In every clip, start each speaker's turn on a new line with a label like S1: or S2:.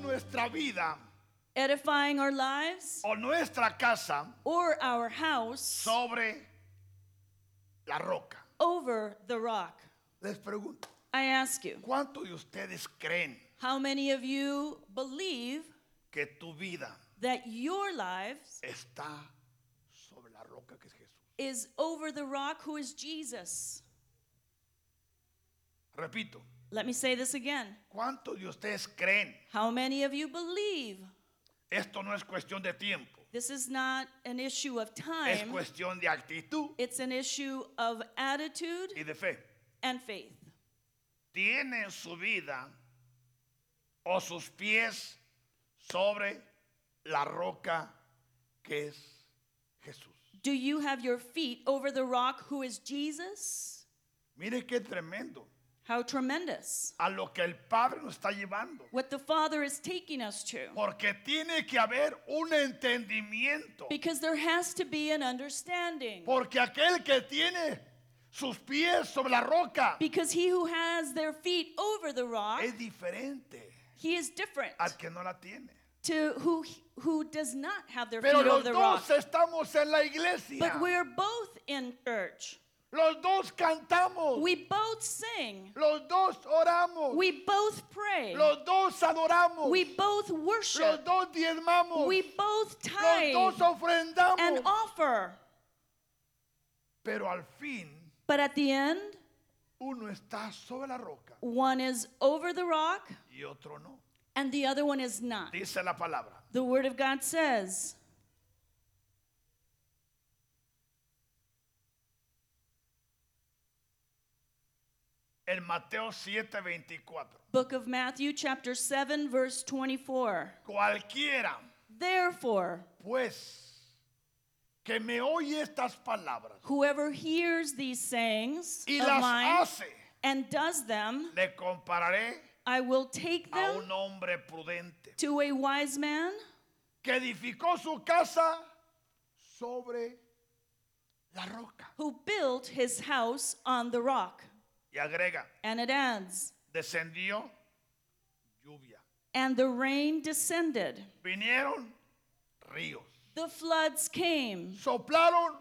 S1: nuestra vida
S2: edifying our lives
S1: o nuestra casa
S2: or our house
S1: sobre la roca.
S2: over the rock.
S1: Les pregunto,
S2: I ask you,
S1: ¿cuántos de ustedes creen
S2: how many of you believe
S1: que tu vida
S2: that your lives
S1: está sobre la roca que es Jesús?
S2: is over the rock who is Jesus?
S1: Repito,
S2: Let me say this again.
S1: ¿cuántos de ustedes creen?
S2: How many of you believe
S1: Esto no es cuestión de tiempo,
S2: this is not an issue of
S1: es
S2: time?
S1: cuestión de actitud
S2: It's an issue of attitude
S1: y de fe.
S2: and faith.
S1: tienen su vida o sus pies sobre la roca que es Jesús.
S2: Do you have your feet over the rock who is Jesus?
S1: Mire qué tremendo
S2: How tremendous.
S1: a lo que el Padre nos está llevando.
S2: What the Father is taking us to.
S1: Porque tiene que haber un entendimiento.
S2: Because there has to be an understanding.
S1: Porque aquel que tiene sus pies sobre la roca
S2: Because he who has their feet over the rock,
S1: es diferente
S2: he is different
S1: al que no la tiene.
S2: to who who does not have their feet
S1: Pero
S2: over
S1: los
S2: the
S1: dos
S2: rock.
S1: estamos en la
S2: But
S1: iglesia.
S2: we're both in church.
S1: Los dos cantamos.
S2: We both sing.
S1: Los dos oramos.
S2: We both pray.
S1: Los dos adoramos.
S2: We both
S1: los
S2: worship.
S1: dos diezmamos.
S2: We
S1: los
S2: both tithe
S1: dos ofrendamos.
S2: and offer.
S1: Pero al fin,
S2: But at the end,
S1: uno está sobre la roca
S2: one is over the rock
S1: y otro no.
S2: and the other one is not.
S1: Dice la palabra.
S2: The Word of God says,
S1: En Mateo 7:24.
S2: Book of Matthew, chapter 7, verse 24.
S1: Cualquiera,
S2: Therefore,
S1: pues, que me oye estas palabras
S2: Whoever hears these sayings
S1: y
S2: of
S1: las
S2: mine
S1: hace,
S2: and does them,
S1: le compararé
S2: I will take
S1: a
S2: them
S1: un hombre prudente
S2: to a wise man
S1: que edificó su casa sobre la roca.
S2: who built his house on the rock.
S1: Y agrega,
S2: And it adds,
S1: descendió lluvia.
S2: and the rain descended,
S1: Vinieron ríos.
S2: the floods came,
S1: Soplaron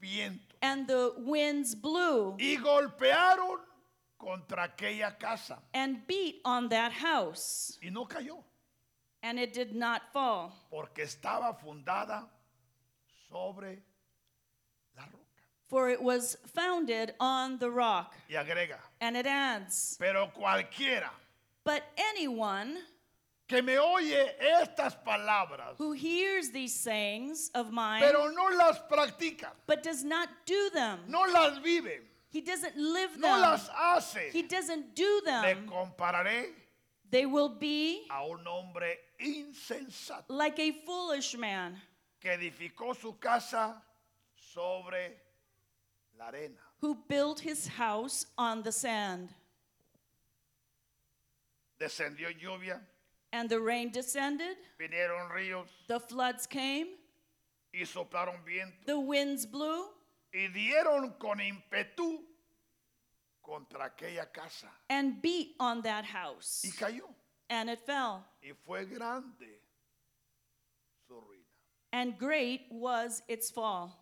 S1: viento.
S2: and the winds blew
S1: Y golpearon contra aquella casa.
S2: and beat on that house,
S1: Y no cayó.
S2: and it did not fall
S1: Porque estaba fundada sobre la roca.
S2: for it was founded on the rock.
S1: Y agrega.
S2: And it adds,
S1: Pero cualquiera
S2: but anyone
S1: que me oye estas palabras,
S2: who hears these sayings of mine
S1: pero no las practica,
S2: but does not do them.
S1: no las vive,
S2: He doesn't live them.
S1: no las
S2: he
S1: hace,
S2: doesn't do
S1: le
S2: them.
S1: compararé
S2: They will be
S1: a un hombre insensato.
S2: like a foolish man
S1: que edificó su casa sobre la arena.
S2: who built his house on the sand.
S1: Descendió lluvia,
S2: And the rain descended,
S1: vinieron ríos
S2: the floods came,
S1: y soplaron viento
S2: the winds blew,
S1: y dieron con ímpetu contra aquella casa
S2: and beat on that house.
S1: y cayó
S2: And it fell.
S1: y fue grande su ruina.
S2: And great was its fall.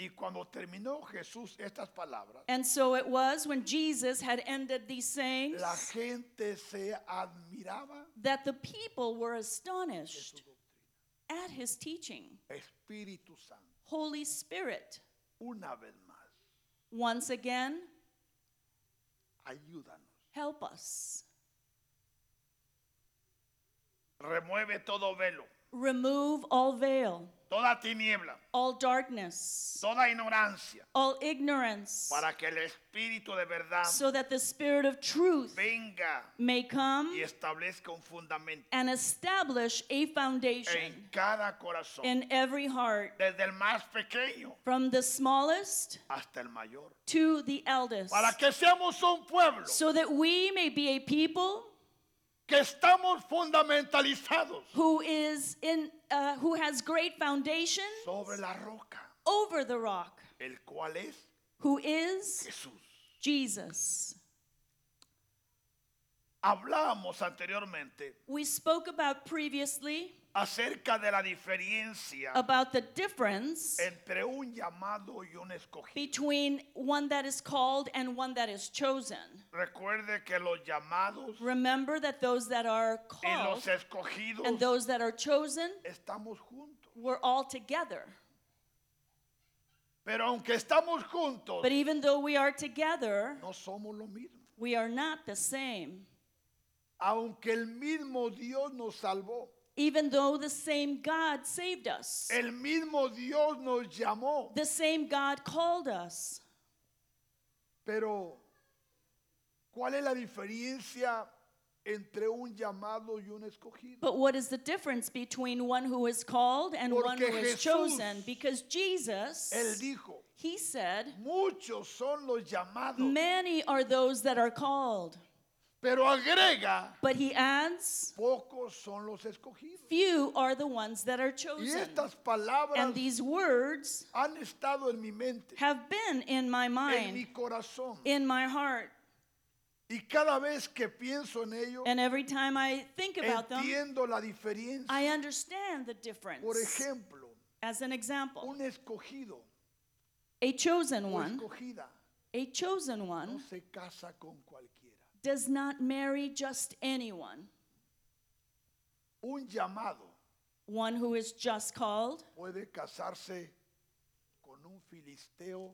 S1: Y cuando terminó Jesús estas palabras,
S2: And so it was when Jesus had ended these sayings
S1: la gente se admiraba
S2: that the people were
S1: de su
S2: astonished
S1: doctrina.
S2: at his teaching.
S1: Espíritu Santo,
S2: Holy Spirit,
S1: una vez más,
S2: once again,
S1: ayúdanos.
S2: help us.
S1: Remueve todo velo,
S2: Remove all veil,
S1: toda tiniebla,
S2: all darkness,
S1: toda ignorancia,
S2: all ignorance,
S1: para que el Espíritu de verdad
S2: so that the Spirit of truth
S1: venga
S2: may come
S1: y establezca un fundamento
S2: and establish a foundation
S1: en cada corazón,
S2: in every heart,
S1: desde el más pequeño
S2: from the smallest
S1: hasta el mayor,
S2: to the eldest,
S1: para que seamos un pueblo
S2: so that we may be a people
S1: que estamos fundamentalizados
S2: who is in uh, who has great foundation
S1: sobre la roca,
S2: over the rock,
S1: el cual es
S2: who is
S1: Jesús.
S2: Jesus.
S1: Hablamos anteriormente
S2: We spoke about previously
S1: acerca de la diferencia
S2: about the difference
S1: entre un llamado y un escogido.
S2: between one that is called and one that is chosen.
S1: Recuerde que los llamados
S2: Remember that those that are
S1: y los
S2: called
S1: escogidos
S2: and those that are chosen
S1: estamos juntos.
S2: were all together.
S1: Pero aunque estamos juntos,
S2: But even though we are together,
S1: no somos lo mismo.
S2: we are not the same.
S1: Aunque el mismo Dios nos salvó,
S2: Even though the same God saved us,
S1: el mismo Dios nos llamó,
S2: the same God called us.
S1: pero ¿cuál es la diferencia entre un llamado y un escogido?
S2: But what is the difference between one who is called and one who
S1: Porque
S2: is
S1: Jesús-
S2: chosen? Because
S1: Él
S2: Jesus,
S1: dijo,
S2: he said,
S1: muchos son los llamados,
S2: Many are those that are called.
S1: pero agrega,
S2: But he adds,
S1: pocos son los escogidos.
S2: Few are the ones that are
S1: Y
S2: chosen.
S1: estas palabras
S2: And these words
S1: han estado en mi mente,
S2: have been in my
S1: en
S2: mind,
S1: mi corazón.
S2: in my heart.
S1: Y cada vez que pienso en ello,
S2: And every time I think about them,
S1: entiendo la diferencia.
S2: I understand the
S1: Por
S2: difference.
S1: ejemplo,
S2: As an example,
S1: un escogido
S2: a chosen
S1: o
S2: one,
S1: escogida
S2: a chosen
S1: no
S2: one
S1: se casa con cualquiera.
S2: does not marry just anyone.
S1: Un llamado
S2: One who is just called
S1: puede casarse con un filisteo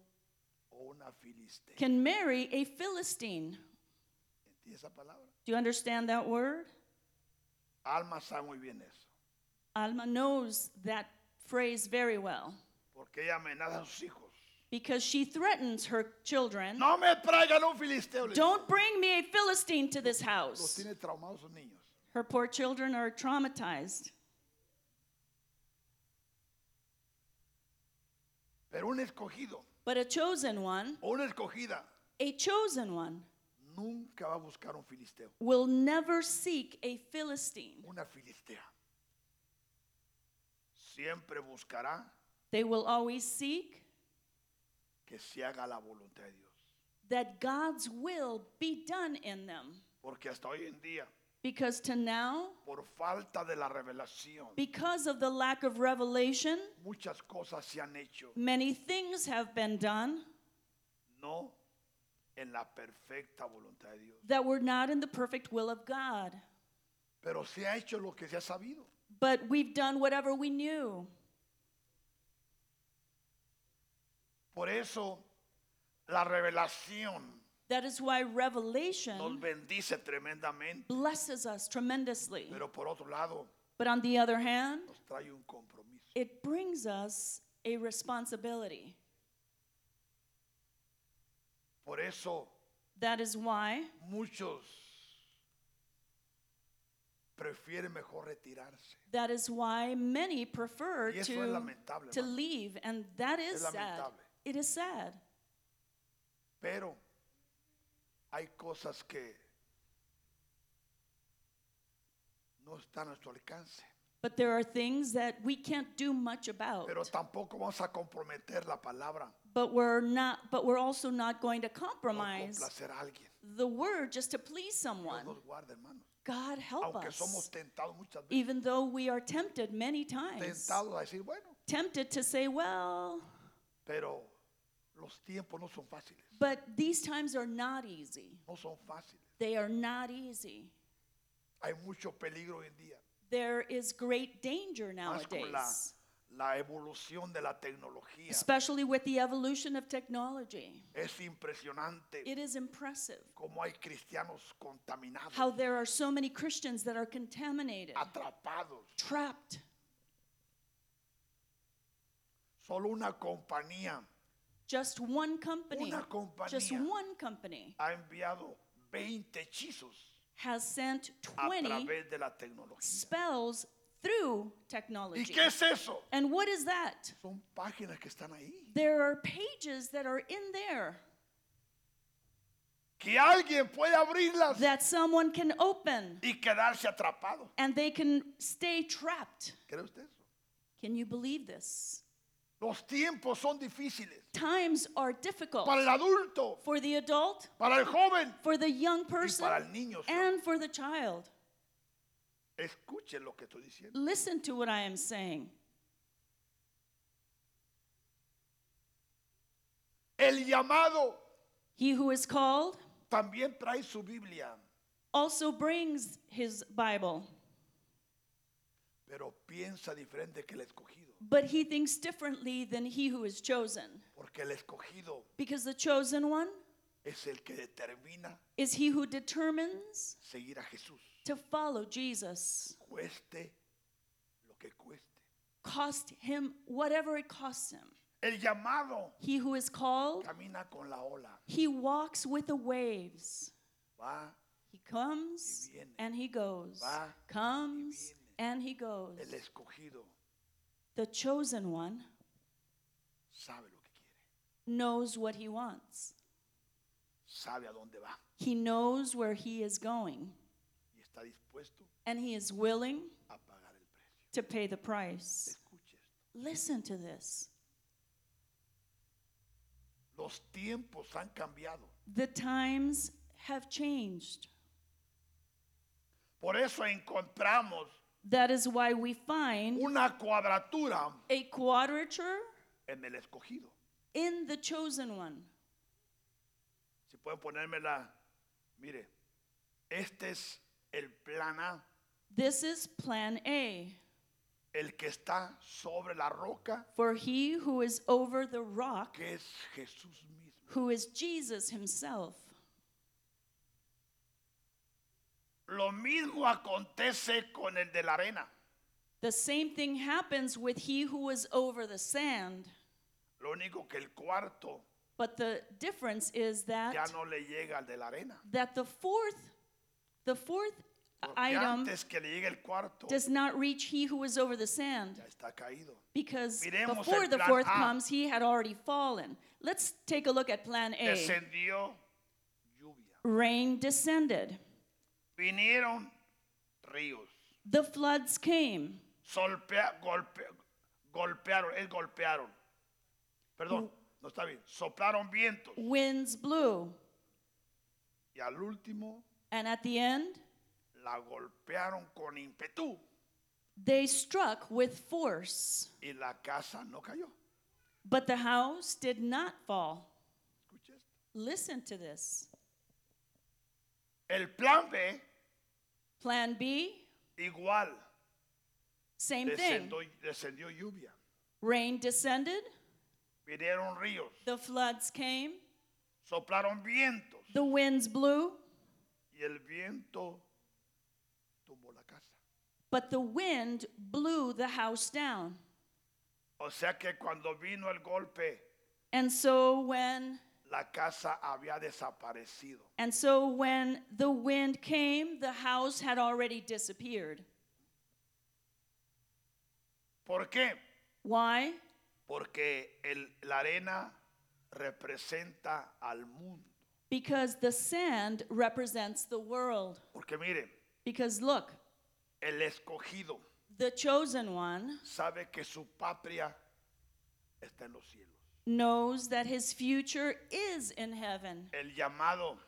S1: o una filistea.
S2: can marry a Philistine.
S1: ¿Entiendes esa palabra?
S2: Do you understand that word?
S1: Alma sabe muy bien eso,
S2: Alma knows that phrase very well
S1: porque ella amenaza a sus hijos.
S2: because she threatens her children.
S1: No me traigan un filisteo. le dice.
S2: Don't bring me a Philistine to this
S1: Los
S2: house.
S1: tiene traumados sus niños.
S2: Her poor children are traumatized.
S1: Pero un escogido
S2: But a chosen one,
S1: o una escogida
S2: a chosen one,
S1: nunca va a buscar un filisteo,
S2: will never seek a Philistine.
S1: una filistea. Siempre buscará
S2: They will always seek
S1: que se haga la voluntad de Dios.
S2: that God's will be done in them.
S1: Porque hasta hoy en día,
S2: Because to now,
S1: por falta de la revelación,
S2: because of the lack of revelation,
S1: muchas cosas se han hecho,
S2: many things have been done
S1: no en la perfecta voluntad de Dios.
S2: that were not in the perfect will of God.
S1: Pero se ha hecho lo que se ha sabido.
S2: But we've done whatever we knew.
S1: Por eso, la revelación
S2: That is why
S1: nos
S2: revelation
S1: bendice tremendamente.
S2: blesses us tremendously.
S1: Pero por otro lado,
S2: But on the other hand,
S1: nos trae un compromiso.
S2: it brings us a responsibility.
S1: Por eso,
S2: That is why
S1: muchos prefieren mejor retirarse.
S2: that is why many prefer
S1: Y eso es
S2: to,
S1: lamentable,
S2: to
S1: hermano.
S2: leave and that
S1: Es
S2: is sad.
S1: lamentable.
S2: It is sad.
S1: Pero hay cosas que no están a nuestro alcance.
S2: But there are things that we can't do much about.
S1: Pero tampoco vamos a comprometer la palabra
S2: but we're not but we're also not going to
S1: por
S2: compromise
S1: complacer a alguien.
S2: the word just to please
S1: Dios
S2: someone.
S1: nos guarde, hermanos.
S2: God help
S1: Aunque somos
S2: us.
S1: tentados muchas veces,
S2: Even though we are tempted many times.
S1: tentados a decir, bueno,
S2: Tempted to say, well,
S1: pero los tiempos no son fáciles,
S2: but these times are not easy.
S1: no son fáciles.
S2: They are not easy.
S1: Hay mucho peligro hoy en día,
S2: There is great danger
S1: más con la,
S2: nowadays,
S1: la evolución de la tecnología.
S2: especially with the evolution of technology.
S1: Es impresionante
S2: It is impressive
S1: cómo hay cristianos contaminados,
S2: how there are so many Christians that are contaminated,
S1: atrapados.
S2: trapped.
S1: Solo una compañía
S2: Just one company,
S1: Una
S2: just
S1: compañía.
S2: one company
S1: ha enviado 20 hechizos
S2: has sent
S1: a
S2: 20
S1: través de la tecnología.
S2: spells through
S1: ¿Y
S2: technology.
S1: qué es eso?
S2: And what is that?
S1: Son páginas que están ahí.
S2: There are pages that are in there
S1: Que alguien puede abrirlas
S2: that someone can open
S1: y quedarse atrapado.
S2: and they can stay trapped.
S1: ¿Cree usted eso?
S2: Can you believe this?
S1: Los tiempos son difíciles.
S2: Times are difficult
S1: Para el adulto,
S2: for the adult,
S1: para el joven.
S2: for the young person,
S1: para el niño, sí.
S2: and for the child.
S1: Escuchen lo que estoy diciendo.
S2: Listen to what I am saying.
S1: El llamado
S2: He who is called
S1: también trae su Biblia,
S2: also brings his Bible,
S1: pero piensa diferente que el escogido.
S2: but he thinks differently than he who is chosen,
S1: Porque el escogido
S2: because the chosen one
S1: es el que determina
S2: is he who determines
S1: seguir a Jesús.
S2: to follow Jesus,
S1: Cueste lo que cueste.
S2: cost him whatever it costs him.
S1: El llamado
S2: He who is called,
S1: camina con la ola.
S2: he walks with the waves.
S1: Va
S2: He comes
S1: Y viene.
S2: and he goes,
S1: Va y
S2: comes
S1: viene.
S2: and he goes.
S1: el escogido,
S2: The chosen one
S1: sabe lo que quiere,
S2: knows what he wants.
S1: sabe a dónde va
S2: He knows where he is going,
S1: y está dispuesto
S2: and he is willing
S1: a pagar el precio.
S2: to pay the price.
S1: Escuche esto.
S2: Listen to this.
S1: Los tiempos han cambiado.
S2: The times have changed.
S1: Por eso encontramos
S2: That is why we find
S1: una cuadratura
S2: a quadrature
S1: en el escogido.
S2: in the chosen one.
S1: Si pueden ponérmela, mire, este es el plan A,
S2: This is plan A.
S1: el que está sobre la roca,
S2: For he who is over the rock,
S1: que es Jesús mismo.
S2: who is Jesus himself.
S1: Lo mismo acontece con el de la arena.
S2: The same thing happens with he who is over the sand,
S1: Lo único que el cuarto
S2: but the difference is that
S1: ya no le llega al de la arena.
S2: that the fourth the fourth
S1: Porque
S2: item
S1: antes que le llegue el cuarto,
S2: does not reach he who is over the sand
S1: ya está caído.
S2: because
S1: Miremos
S2: before
S1: el
S2: the
S1: plan
S2: fourth
S1: A.
S2: comes he had already fallen. Let's take a look at plan A.
S1: Descendió lluvia.
S2: Rain descended.
S1: Vinieron ríos.
S2: The floods came.
S1: Solpea, golpe- golpearon, es golpearon. Perdón, no está bien. Soplaron vientos.
S2: Winds blew.
S1: Y al último
S2: And at the end,
S1: la golpearon con ímpetu
S2: they struck with force.
S1: y la casa no cayó.
S2: But the house did not fall.
S1: Escucha esto.
S2: Listen to this.
S1: El plan B
S2: Plan B,
S1: igual.
S2: same thing.
S1: Descendió, descendió lluvia.
S2: Rain descended,
S1: Vinieron ríos.
S2: the floods came,
S1: Soplaron vientos.
S2: the winds blew,
S1: y el viento tumbó la casa.
S2: but the wind blew the house down.
S1: O sea que cuando vino el golpe,
S2: And so when
S1: la casa había desaparecido.
S2: and so when the wind came, the house had already disappeared.
S1: ¿Por qué?
S2: Why?
S1: Porque el- la arena representa al mundo.
S2: Because the sand represents the world.
S1: Porque miren,
S2: Because look,
S1: el escogido
S2: the chosen one
S1: sabe que su patria está en los cielos.
S2: knows that his future is in heaven.
S1: El llamado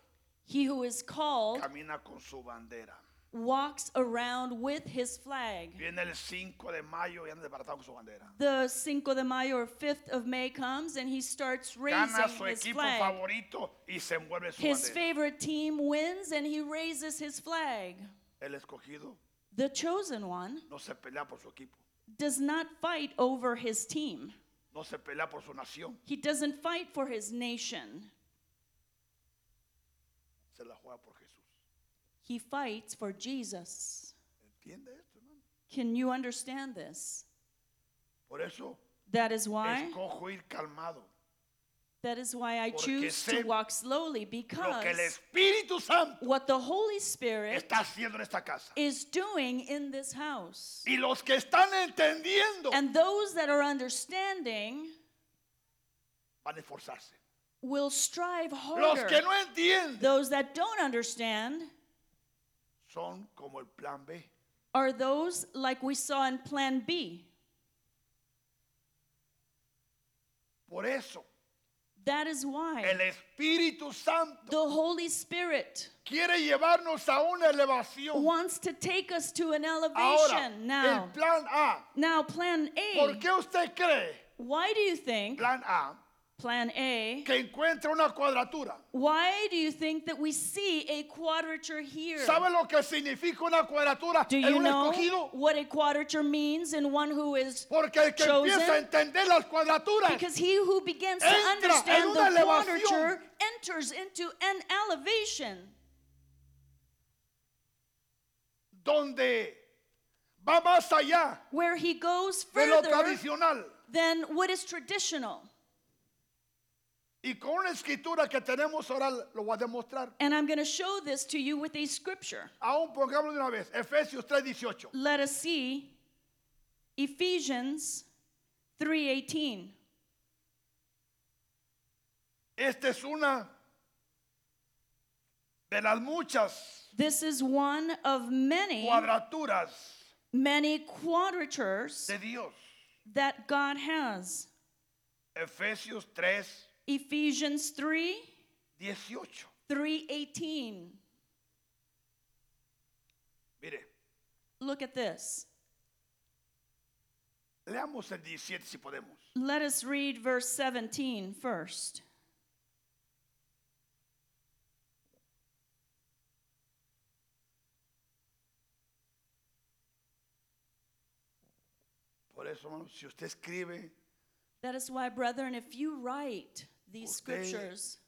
S2: He who is called
S1: camina con su bandera.
S2: walks around with his flag.
S1: Viene el 5 de mayo y anda desbaratado con su bandera.
S2: The Cinco de Mayo or 5th of May comes and he starts
S1: Gana
S2: raising
S1: su
S2: his
S1: equipo
S2: flag.
S1: favorito y se envuelve en su
S2: His
S1: bandera.
S2: favorite team wins and he raises his flag.
S1: El escogido
S2: The chosen one
S1: no se pelea por su equipo,
S2: does not fight over his team,
S1: no se pelea por su nación,
S2: he doesn't fight for his nation.
S1: se la juega por Jesús.
S2: He fights for Jesus.
S1: ¿Entiende esto, hermano?
S2: Can you understand this?
S1: Por eso
S2: That is why
S1: escojo ir calmado.
S2: that is why I
S1: Porque
S2: choose to
S1: sé
S2: walk slowly
S1: Lo que el
S2: because
S1: Espíritu Santo
S2: what the Holy Spirit
S1: está haciendo en esta casa.
S2: is doing in this house.
S1: Y los que están entendiendo
S2: And those that are understanding
S1: van a esforzarse.
S2: will strive
S1: Los
S2: harder.
S1: que no entienden
S2: Those that don't understand
S1: son como el plan B.
S2: are those like we saw in Plan B.
S1: Por eso,
S2: That is why
S1: el Espíritu Santo
S2: the Holy Spirit
S1: quiere llevarnos a una elevación.
S2: wants to take us to an
S1: Ahora,
S2: elevation now.
S1: el plan A.
S2: Now, plan
S1: ¿Por
S2: A.
S1: qué usted cree,
S2: Why do you think,
S1: plan A,
S2: plan A,
S1: que encuentra una cuadratura?
S2: why do you think that we see a quadrature here?
S1: ¿Sabe lo que significa una cuadratura
S2: Do
S1: en
S2: you
S1: un
S2: know
S1: escogido?
S2: what a quadrature means in one who is?
S1: Porque el que
S2: chosen?
S1: empieza a entender las cuadraturas
S2: Because he who begins to
S1: Entra en
S2: understand
S1: una
S2: the
S1: elevación.
S2: quadrature enters into an elevation
S1: donde va más allá
S2: where he goes
S1: de lo
S2: further
S1: tradicional
S2: than what is traditional.
S1: y con una escritura que tenemos ahora lo voy a demostrar.
S2: And I'm going to show this to you with a scripture.
S1: Aún pongámoslo de una vez, Efesios 3:18.
S2: Let us see Ephesians 3:18.
S1: Esta es una de las muchas
S2: This is one of many
S1: cuadraturas
S2: many quadratures
S1: de Dios.
S2: that God has.
S1: Efesios 3,
S2: Ephesians 3
S1: 18.
S2: 3:18.
S1: Mire,
S2: Look at this.
S1: leamos el 17 si podemos.
S2: Let us read verse 17 first.
S1: Por eso, hermano, si usted escribe,
S2: That is why, brethren, if you write these
S1: Usted-
S2: scriptures,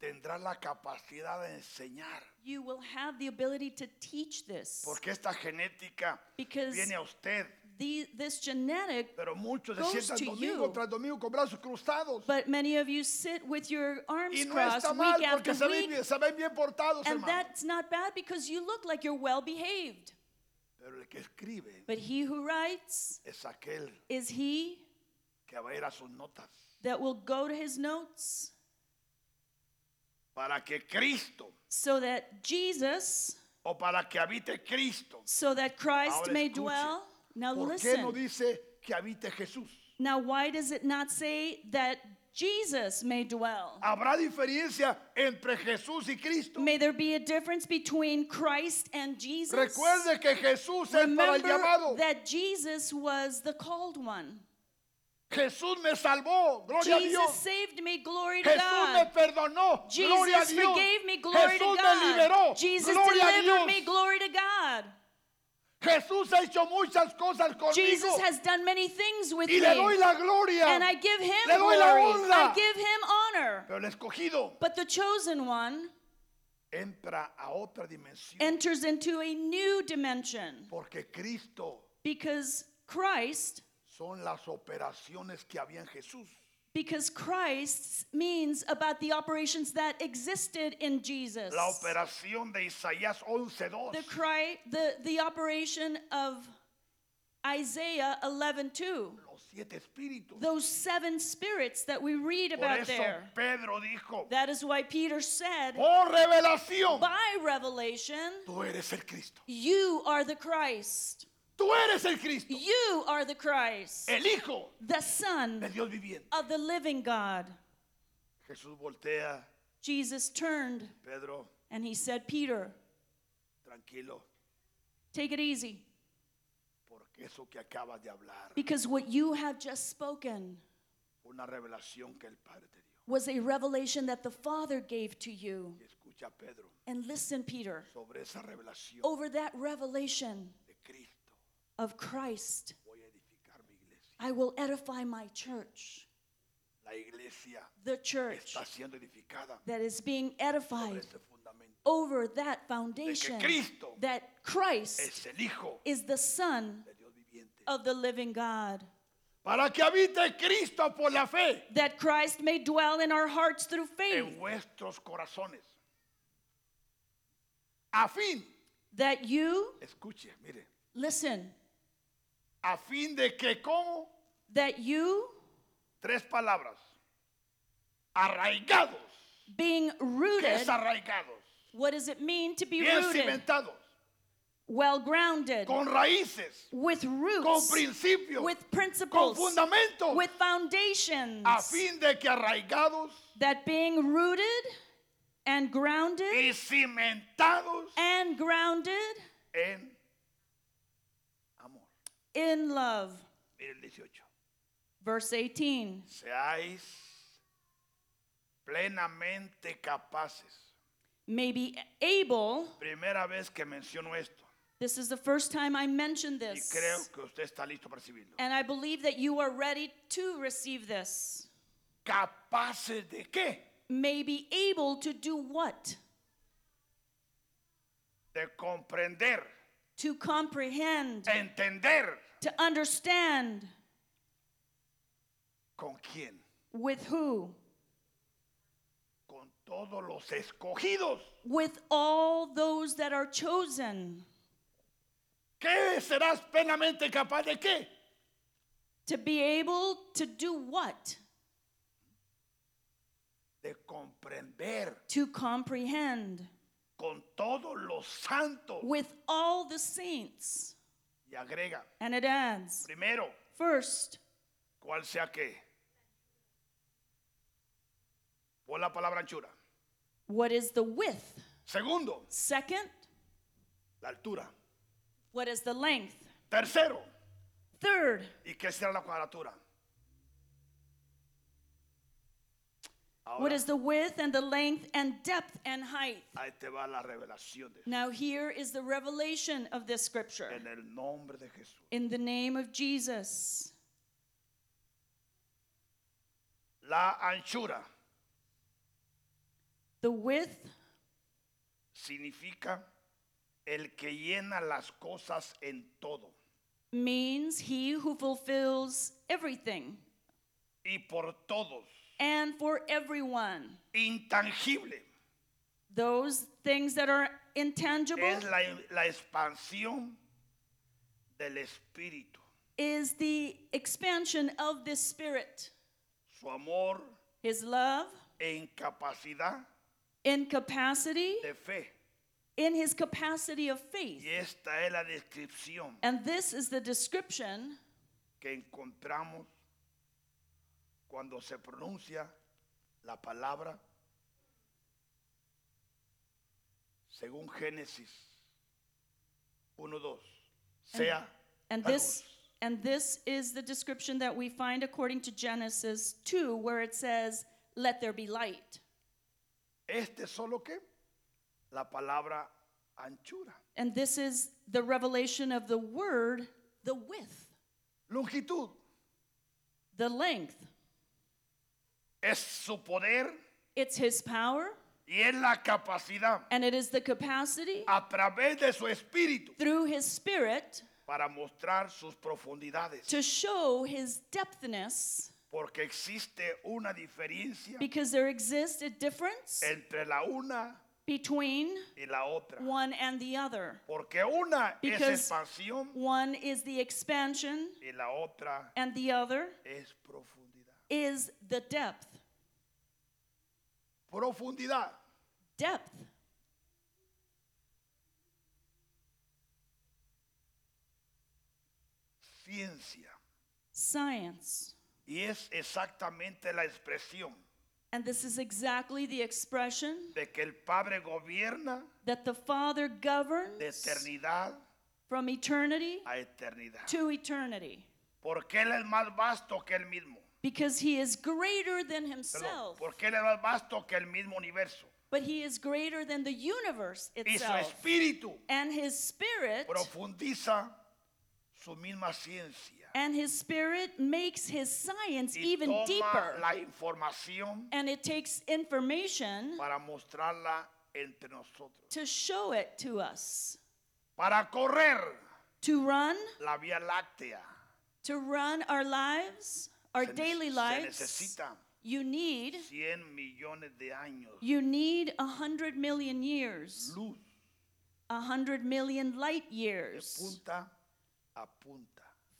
S1: tendrá la capacidad de enseñar.
S2: you will have the ability to teach this.
S1: Porque esta genética
S2: Because
S1: viene a usted.
S2: the, this genetic,
S1: Pero muchos se
S2: goes
S1: sientan
S2: to
S1: domingo
S2: you.
S1: tras domingo con brazos cruzados.
S2: but many of you sit with your arms
S1: Y no
S2: crossed
S1: está mal
S2: week after
S1: porque se ven,
S2: week,
S1: bien- se ven bien portados,
S2: and
S1: hermano.
S2: that's not bad because you look like you're well behaved.
S1: Pero el que escribe
S2: But he who writes
S1: es aquel
S2: is he
S1: que va a ir a sus notas.
S2: that will go to his notes
S1: Para que Cristo,
S2: so that Jesus,
S1: o para que habite Cristo.
S2: so that Christ
S1: Ahora
S2: may
S1: escuche.
S2: dwell. Now
S1: ¿Por qué
S2: listen.
S1: no dice que habite Jesús?
S2: Now, why does it not say that Jesus may dwell?
S1: ¿Habrá diferencia entre Jesús y Cristo?
S2: May there be a difference between Christ and Jesus?
S1: Recuerde que Jesús es para el
S2: Remember
S1: llamado.
S2: that Jesus was the called one.
S1: Jesús me salvó, gloria a
S2: Jesus
S1: Dios.
S2: saved me, glory to
S1: Jesús me
S2: God.
S1: perdonó, gloria a
S2: Jesus
S1: Dios.
S2: forgave me,
S1: Jesús
S2: glory to
S1: me liberó,
S2: God. Jesus
S1: gloria a
S2: delivered
S1: Dios.
S2: me, glory to God.
S1: Jesús ha hecho muchas cosas conmigo
S2: Jesus has done many things with
S1: y le doy
S2: me,
S1: la gloria.
S2: and I give him
S1: Le doy la
S2: glory. I
S1: honra.
S2: give him honor.
S1: Pero el escogido
S2: But the chosen one
S1: entra a otra dimensión
S2: enters into a new dimension.
S1: porque Cristo
S2: Because Christ,
S1: son las operaciones que había en Jesús.
S2: because Christ means about the operations that existed in Jesus.
S1: La operación de Isaías
S2: The
S1: 11:2
S2: cry, the the operation of Isaiah 11:2.
S1: los siete espíritus.
S2: Those seven spirits that we read
S1: Por
S2: about
S1: eso
S2: there.
S1: Pedro dijo,
S2: That is why Peter said,
S1: "Por revelación,
S2: by revelation,
S1: tú eres el Cristo.
S2: you are the Christ.
S1: Tú eres el Cristo,
S2: You are the Christ,
S1: el Hijo
S2: the
S1: de
S2: Son
S1: Dios viviente."
S2: of the living God.
S1: Jesús voltea,
S2: Jesus turned
S1: Pedro,
S2: and he said, Peter,
S1: tranquilo,
S2: Take it easy
S1: porque eso que acabas de hablar
S2: because what you have just spoken
S1: fue una revelación que el Padre te dio.
S2: was a revelation that the Father gave to you.
S1: Y escucha a Pedro
S2: And listen, Peter,
S1: sobre esa revelación
S2: over that revelation
S1: de Cristo.
S2: of Christ,
S1: Voy a edificar mi iglesia.
S2: I will edify my church,
S1: La iglesia
S2: the church
S1: está siendo edificada
S2: that is being
S1: sobre
S2: edified
S1: ese fundamento.
S2: over that foundation
S1: Cristo
S2: that Christ
S1: Es el Hijo
S2: is the Son
S1: de Dios viviente.
S2: of the living God.
S1: Para que habite Cristo por la fe
S2: That Christ may dwell in our hearts through
S1: en
S2: faith,
S1: vuestros corazones. A fin,
S2: that you,
S1: escuche, mire,
S2: listen,
S1: a fin de que como
S2: that you
S1: tres palabras, arraigados,
S2: being
S1: ¿qué
S2: rooted
S1: es arraigados?
S2: What does it mean to be
S1: Bien
S2: rooted?
S1: cimentados,
S2: well grounded,
S1: con raíces,
S2: with
S1: con
S2: roots,
S1: principios,
S2: with
S1: con
S2: principles,
S1: fundamentos,
S2: with foundations,
S1: a fin de que arraigados
S2: that being rooted and grounded
S1: y cimentados
S2: and grounded
S1: en amor.
S2: in love.
S1: Mire el 18.
S2: Verse 18
S1: Seáis plenamente capaces.
S2: may be able,
S1: Primera vez que menciono esto
S2: this is the first time I mentioned
S1: y
S2: this.
S1: creo que usted está listo para recibirlo.
S2: And I believe that you are ready to receive this.
S1: ¿Capaces de qué?
S2: May be able to do what?
S1: De comprender,
S2: To comprehend,
S1: entender
S2: to understand
S1: con quién.
S2: with who?
S1: Con todos los escogidos.
S2: With all those that are chosen.
S1: ¿Qué serás plenamente capaz de qué?
S2: To be able to do what?
S1: De comprender
S2: To comprehend
S1: con todos los santos.
S2: with all the saints.
S1: Y agrega,
S2: And it adds,
S1: primero,
S2: first,
S1: cual sea que. Pon la palabra anchura.
S2: what is the width?
S1: Segundo,
S2: Second,
S1: la altura.
S2: what is the length?
S1: Tercero,
S2: Third,
S1: ¿y qué será la cuadratura?
S2: what
S1: Ahora,
S2: is the width and the length and depth and height?
S1: ahí te va la revelación de
S2: Now, here is the revelation of this scripture.
S1: En el nombre de Jesús.
S2: In the name of Jesus,
S1: La anchura
S2: the width
S1: significa el que llena las cosas en todo.
S2: means he who fulfills everything
S1: Y por todos.
S2: and for everyone.
S1: Intangible.
S2: Those things that are intangible
S1: Es la, la expansión del Espíritu.
S2: is the expansion of this spirit,
S1: Su amor
S2: his love,
S1: e incapacidad
S2: in capacity,
S1: de fe.
S2: in his capacity of faith.
S1: Y esta es la descripción
S2: And this is the description
S1: que encontramos cuando se pronuncia la palabra según Génesis 1.2. Sea
S2: And
S1: la
S2: this
S1: luz.
S2: and this is the description that we find according to Genesis 2 where it says let there be light.
S1: Este es solo que la palabra anchura,
S2: And this is the revelation of the word, the width,
S1: longitud.
S2: the length.
S1: Es su poder
S2: It's his power
S1: y es la capacidad
S2: and it is the capacity
S1: a través de su espíritu
S2: through his spirit
S1: para mostrar sus profundidades.
S2: to show his depthness
S1: Porque existe una diferencia
S2: because there exists a difference
S1: entre la una
S2: between
S1: y la otra.
S2: one and the other.
S1: Porque una es
S2: Because-
S1: expansión
S2: One is the expansion
S1: y la otra
S2: and the other
S1: es profundidad.
S2: is the depth.
S1: Profundidad
S2: Depth
S1: ciencia
S2: science.
S1: y es exactamente la expresión
S2: And this is exactly the expression
S1: de que el Padre gobierna
S2: that the Father governs
S1: de eternidad
S2: from eternity
S1: a eternidad.
S2: to eternity
S1: Porque él es más vasto que él mismo.
S2: because he is greater than
S1: Perdón,
S2: himself,
S1: porque él es más vasto que el mismo universo.
S2: but he is greater than the universe
S1: Y su
S2: itself.
S1: espíritu
S2: And his spirit
S1: profundiza su misma ciencia
S2: and his spirit makes his science
S1: y
S2: even
S1: toma
S2: deeper
S1: la información
S2: and it takes information
S1: para mostrarla entre nosotros.
S2: to show it to us.
S1: Para correr
S2: To run,
S1: la Vía Láctea
S2: to run our lives, our
S1: se, ne-
S2: daily
S1: se
S2: lives,
S1: necesita
S2: you need
S1: 100 millones de años
S2: You need a hundred million years,
S1: luz
S2: a hundred million light
S1: de
S2: years
S1: punta a punta.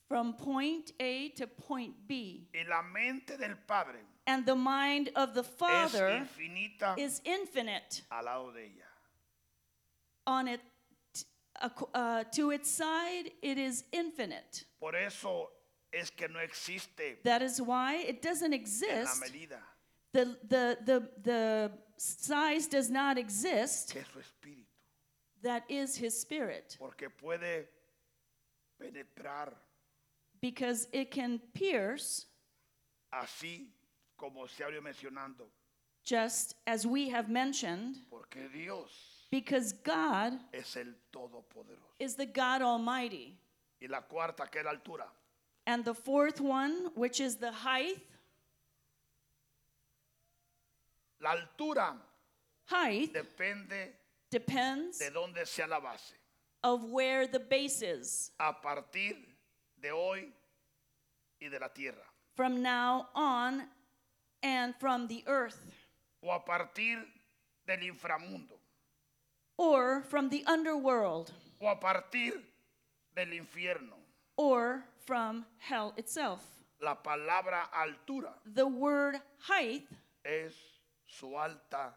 S2: from point A to point B.
S1: Y la mente del Padre
S2: And the mind of the
S1: es
S2: Father
S1: infinita
S2: is infinite
S1: al lado de ella.
S2: on it Ac- uh, to its side, it is infinite.
S1: Por eso es que no existe
S2: That is why it
S1: en
S2: doesn't
S1: la
S2: exist.
S1: medida
S2: The, the, the, the size does not exist.
S1: que es su espíritu,
S2: That is his spirit,
S1: porque puede penetrar
S2: because it can pierce,
S1: así como se abrió mencionando,
S2: just as we have mentioned,
S1: porque Dios
S2: because God
S1: es el Todopoderoso.
S2: is the God Almighty.
S1: Y la cuarta, que es la altura,
S2: And the fourth one, which is the height,
S1: la altura
S2: height
S1: depende
S2: depends
S1: de dónde sea la base.
S2: of where the base is.
S1: A partir de hoy y de la tierra,
S2: From now on, and from the earth,
S1: o a partir del inframundo,
S2: or from the underworld,
S1: o a partir del infierno.
S2: or from hell itself.
S1: La palabra altura
S2: The word height
S1: es su alta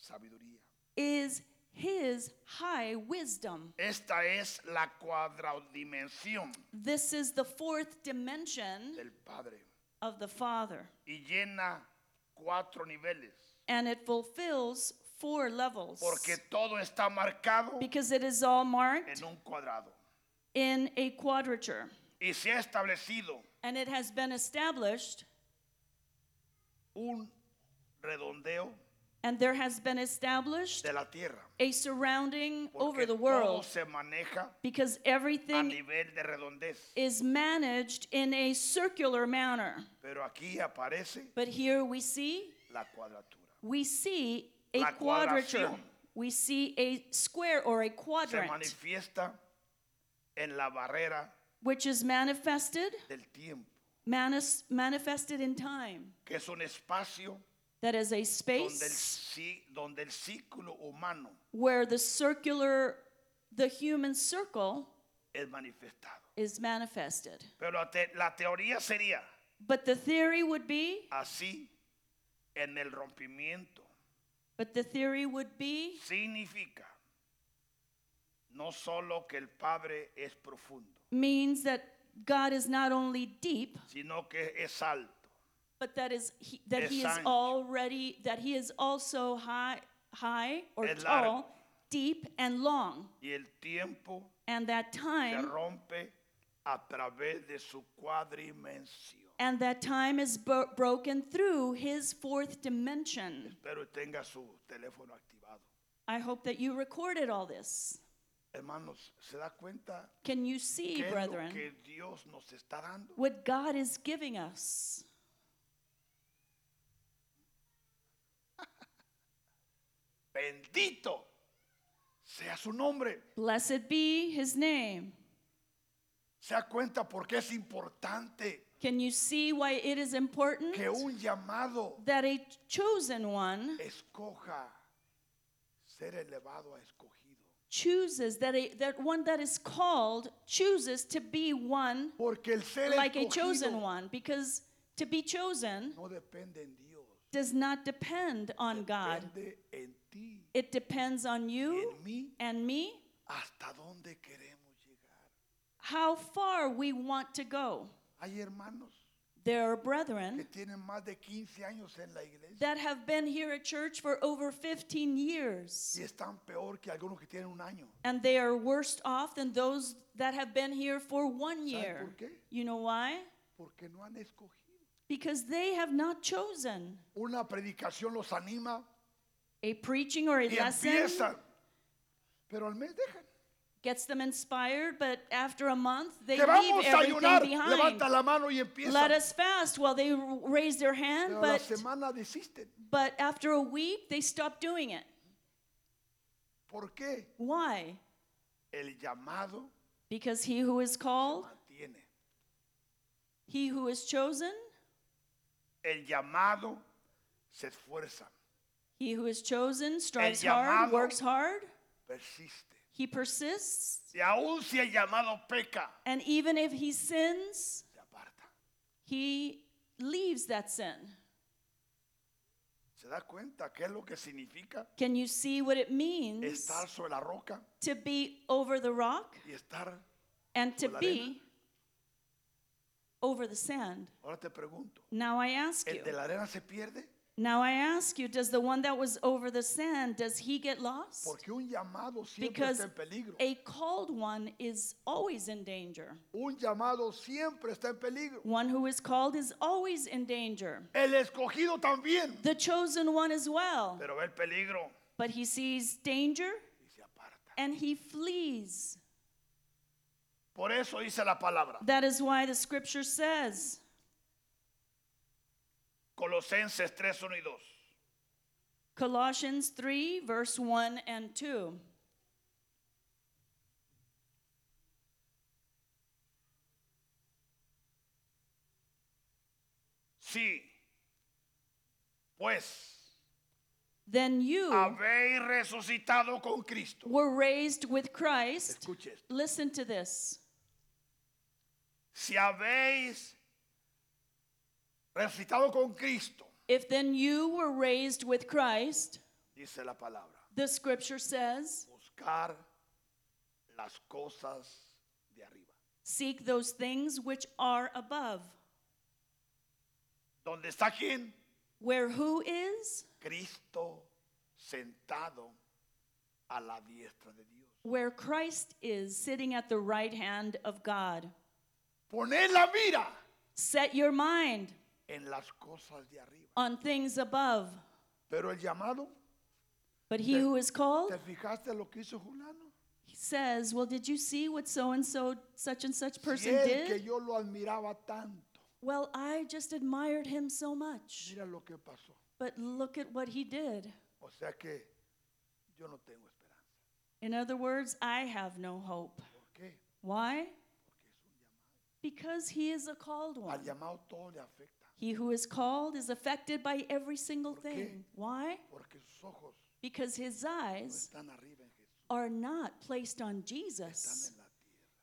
S1: sabiduría.
S2: is his high wisdom.
S1: Esta es la cuadradimensión
S2: This is the fourth dimension
S1: del Padre
S2: of the Father,
S1: y llena cuatro niveles,
S2: and it fulfills four levels
S1: porque todo está marcado
S2: because it is all marked
S1: en un cuadrado
S2: in a quadrature,
S1: y se ha establecido
S2: and it has been established,
S1: un redondeo
S2: and there has been established
S1: de la tierra,
S2: a surrounding
S1: porque
S2: over the
S1: todo
S2: world
S1: se maneja
S2: because
S1: a
S2: everything
S1: nivel de redondez,
S2: is managed in a circular manner.
S1: pero aquí aparece
S2: But here we see
S1: la cuadratura.
S2: we see a
S1: La
S2: quadrature.
S1: cuadración.
S2: We see a square or a
S1: Se
S2: quadrant,
S1: manifiesta en la barrera
S2: which is manifested,
S1: del tiempo,
S2: manis- manifested in time.
S1: que es un espacio
S2: That is a
S1: donde el,
S2: space
S1: ci- donde el ciclo humano
S2: where the circular, the human circle
S1: es manifestado.
S2: is manifested.
S1: Pero la, te- la teoría sería
S2: But the theory would be,
S1: así en el rompimiento.
S2: but the theory would be
S1: Significa no solo que el Padre es profundo,
S2: means that God is not only deep,
S1: sino que es alto,
S2: but that is he, that
S1: Es
S2: he is
S1: ancho.
S2: already that he is also high, high or
S1: Es largo.
S2: tall, deep and long.
S1: y el tiempo
S2: and that
S1: se
S2: time
S1: rompe a través de su cuadrimensión.
S2: and that time is bro- broken through his fourth dimension
S1: Espero que tenga su teléfono activado.
S2: i hope that you recorded all this
S1: Hermanos, ¿se da cuenta
S2: can you see
S1: qué es lo
S2: brethren
S1: que Dios nos está dando?
S2: what god is giving us
S1: Bendito sea su nombre.
S2: blessed be his name
S1: ¿Se da cuenta por qué es importante
S2: can you see why it is important
S1: que un llamado
S2: that a chosen one
S1: escoja ser elevado a escogido?
S2: chooses that a, that one that is called chooses to be one
S1: Porque el ser
S2: like a chosen
S1: escogido
S2: one because to be chosen
S1: no depende en Dios,
S2: does not depend on god
S1: depende en ti,
S2: It depends on you
S1: en mí,
S2: and me
S1: hasta dónde queremos llegar.
S2: how far we want to go.
S1: Hay hermanos
S2: There are
S1: que
S2: brethren
S1: tienen más de 15 años en la iglesia
S2: that have been here at church for over 15 years,
S1: y están peor que algunos que tienen un año.
S2: and they are worse off than those that have been here for one year.
S1: por qué?
S2: You know why?
S1: Porque no han escogido.
S2: Because they have not chosen.
S1: Una predicación los anima
S2: A preaching or a
S1: y
S2: lesson
S1: empiezan, pero al mes dejan.
S2: gets them inspired, but after a month they
S1: que
S2: leave
S1: vamos a
S2: everything
S1: ayunar.
S2: behind.
S1: Levanta la mano y empieza.
S2: Let us fast. Well, they r- raise their hand,
S1: Pero la
S2: but
S1: semana desisten.
S2: But after a week, they stopped doing it.
S1: ¿Por qué?
S2: Why?
S1: El llamado
S2: Because he who is called,
S1: mantiene.
S2: he who is chosen,
S1: El llamado se esfuerza,
S2: he who is chosen strives
S1: llamado-
S2: hard, works hard,
S1: persiste.
S2: he persists,
S1: Y aún si el llamado peca,
S2: and even if he sins,
S1: se aparta.
S2: he leaves that sin.
S1: ¿Se da cuenta qué es lo que significa
S2: Can you see what it means
S1: estar sobre la roca
S2: to be over the rock
S1: y estar?
S2: and to
S1: Sobre la arena.
S2: be over the sand?
S1: Ahora te pregunto,
S2: Now I ask
S1: ¿el de
S2: you.
S1: la arena se pierde?
S2: Now I ask you, does the one that was over the sand, does he get lost?
S1: Porque un llamado siempre
S2: Because
S1: está en peligro.
S2: a called one is always in danger.
S1: Un llamado siempre está en peligro.
S2: One who is called is always in danger.
S1: El escogido también.
S2: The chosen one as well.
S1: Pero ve el peligro
S2: But he sees danger
S1: y se aparta.
S2: and he flees.
S1: Por eso dice la palabra.
S2: That is why the scripture says,
S1: Colosenses 3, 1 y 2.
S2: Colossians 3, verse 1 and 2.
S1: Sí. Pues
S2: Then you
S1: habéis resucitado con Cristo.
S2: were raised with Christ.
S1: Escuche esto.
S2: Listen to this.
S1: Si habéis resucitado con Cristo,
S2: If then you were raised with Christ,
S1: dice la palabra,
S2: the scripture says,
S1: buscar las cosas de arriba.
S2: seek those things which are above.
S1: ¿Dónde está quién?
S2: Where who is?
S1: Cristo sentado a la diestra de Dios.
S2: Where Christ is, sitting at the right hand of God.
S1: Poned la mira
S2: Set your mind
S1: en las cosas de arriba.
S2: on things above.
S1: Pero el llamado,
S2: But he who is called
S1: ¿te fijaste lo que hizo Julano?
S2: says, Well, did you see what so and so, such and such
S1: Si
S2: person
S1: él que
S2: did?
S1: yo lo admiraba tanto.
S2: Well, I just admired him so much.
S1: Mira lo que pasó.
S2: But look at what he did.
S1: O sea que yo no tengo esperanza.
S2: In other words, I have no hope.
S1: ¿Por qué?
S2: Why?
S1: Porque es un llamado.
S2: Because he is a called one.
S1: Al llamado todo le afecta.
S2: He who is called is affected by every single
S1: ¿Por qué?
S2: thing. Why?
S1: Porque sus ojos
S2: Because his
S1: no
S2: eyes
S1: están arriba en Jesús,
S2: are not placed on
S1: están
S2: Jesus.
S1: en la tierra.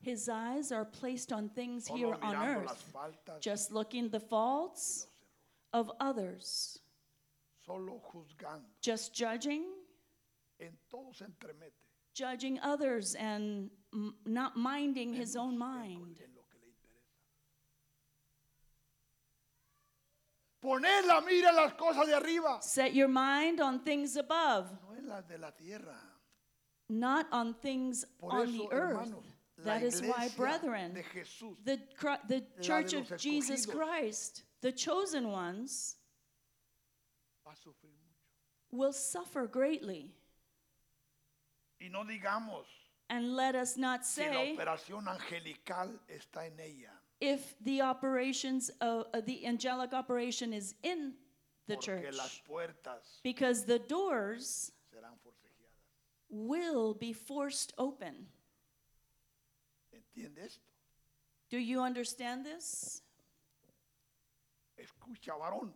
S2: His eyes are placed on things here
S1: Solo
S2: on
S1: mirando las
S2: earth,
S1: faltas,
S2: just looking the faults of others,
S1: solo juzgando.
S2: just judging,
S1: En todo se entremete.
S2: judging others, and m- not minding his own
S1: En,
S2: mind.
S1: en lo que le interesa. Poner la mira en las cosas de arriba,
S2: Set your mind on things above,
S1: no en las de la tierra.
S2: not on things
S1: Por
S2: on
S1: eso,
S2: the earth.
S1: hermanos, la
S2: That is why,
S1: iglesia
S2: brethren,
S1: de Jesús
S2: The, cri- the
S1: de
S2: church
S1: los
S2: of Jesus
S1: escogidos.
S2: Christ, the chosen ones,
S1: va a sufrir mucho.
S2: will suffer greatly.
S1: Y no digamos
S2: And let us not
S1: si la
S2: say
S1: operación angelical está en ella,
S2: if the operations of uh, the angelic operation is in the
S1: porque
S2: church,
S1: las puertas
S2: because the doors
S1: serán forcejeadas.
S2: will be forced open.
S1: ¿Entiende esto?
S2: Do you understand this?
S1: Escucha, varón.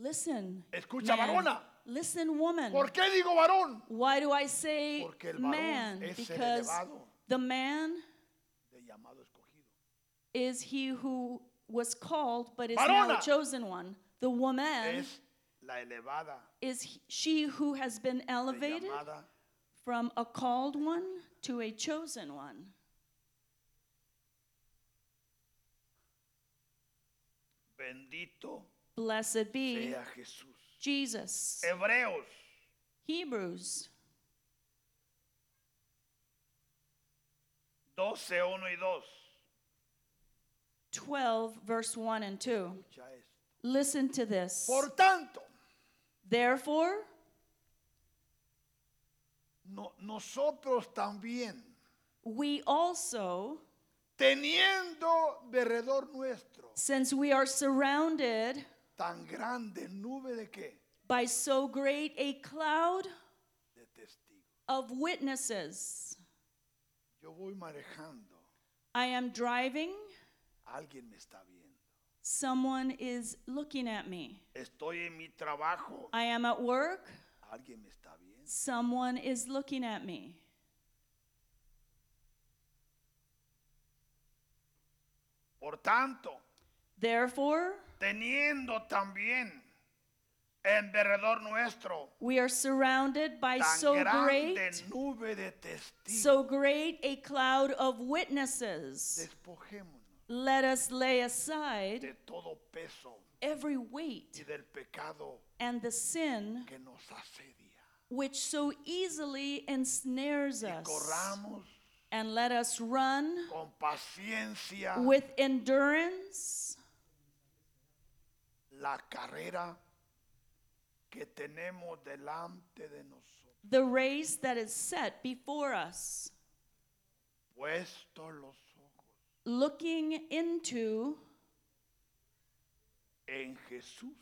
S2: Listen.
S1: Escucha,
S2: man.
S1: varona.
S2: Listen, woman.
S1: ¿Por qué digo varón?
S2: Why do I say
S1: Porque el varón
S2: man?
S1: es el
S2: Because
S1: elevado.
S2: the man
S1: De llamado escogido.
S2: is he who was called but is now
S1: Varona.
S2: the chosen one. The woman
S1: Es la elevada,
S2: is he- she who has been
S1: de
S2: elevated
S1: llamada.
S2: from a called one to a chosen one.
S1: Bendito
S2: Blessed be
S1: sea Jesús.
S2: Jesus.
S1: Hebreos
S2: Hebrews
S1: 12, 1 y 2.
S2: 12, verse 1 and 2.
S1: Escucha esto.
S2: Listen to this.
S1: Por tanto,
S2: Therefore,
S1: no- nosotros también,
S2: we also,
S1: teniendo derredor nuestro
S2: since we are surrounded
S1: tan grande nube de qué?
S2: by so great a cloud
S1: De testigos.
S2: of witnesses,
S1: Yo voy manejando.
S2: I am driving.
S1: Alguien me está viendo.
S2: Someone is looking at me.
S1: Estoy en mi trabajo.
S2: I am at work.
S1: Alguien me está viendo.
S2: Someone is looking at me.
S1: Por tanto,
S2: Therefore,
S1: teniendo también en derredor nuestro
S2: We are surrounded by
S1: tan
S2: so great,
S1: grande nube de testigos.
S2: so great a cloud of witnesses.
S1: Despojémonos
S2: Let us lay aside
S1: de todo peso
S2: every
S1: y
S2: weight
S1: del pecado
S2: and the sin
S1: que nos asedia.
S2: which so easily ensnares
S1: Y
S2: us.
S1: corramos
S2: And let us run
S1: con paciencia
S2: with endurance
S1: la carrera que tenemos delante de nosotros.
S2: the race that is set before us,
S1: Puesto los ojos
S2: looking into
S1: en Jesús,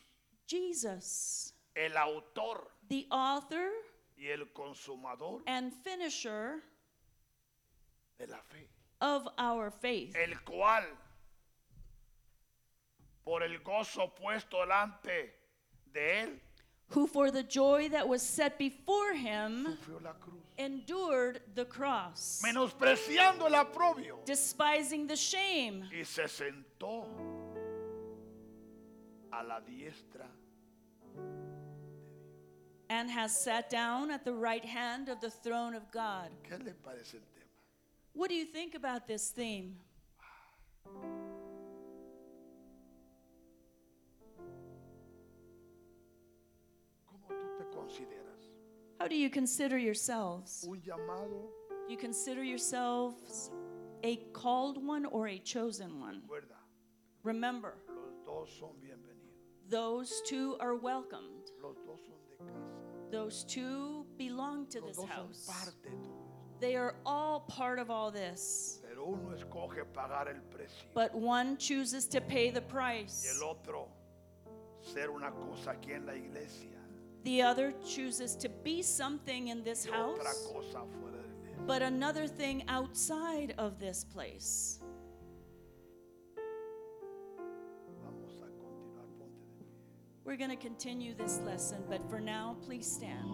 S2: Jesus,
S1: el autor
S2: the author
S1: y el consumador
S2: and finisher
S1: de la fe,
S2: of our faith,
S1: el cual por el gozo puesto delante de él
S2: who for the joy that was set before him
S1: sufrió la cruz,
S2: endured the cross,
S1: menospreciando el aprobio
S2: despising the shame,
S1: y se sentó a la diestra
S2: and has sat down at the right hand of the throne of God.
S1: ¿Qué le parece el tema?
S2: What do you think about this theme?
S1: ¿Cómo tú te consideras?
S2: How do you consider yourselves?
S1: ¿Un llamado?
S2: Do you consider yourselves a called one or a chosen one?
S1: Recuerda,
S2: Remember,
S1: los dos son bienvenidos.
S2: those two are welcomed.
S1: Los dos son de casa.
S2: Those two belong to
S1: Los
S2: this
S1: dos son
S2: house.
S1: parte de todo esto.
S2: They are all part of all this.
S1: Pero uno escoge pagar el precio
S2: But one chooses to pay the
S1: y
S2: price.
S1: el otro ser una cosa aquí en la iglesia
S2: The other chooses to be something in this
S1: y otra
S2: house,
S1: cosa fuera de él.
S2: but another thing outside of this place.
S1: Vamos a continuar, ponte de pie.
S2: We're going to continue this lesson, but for now, please stand.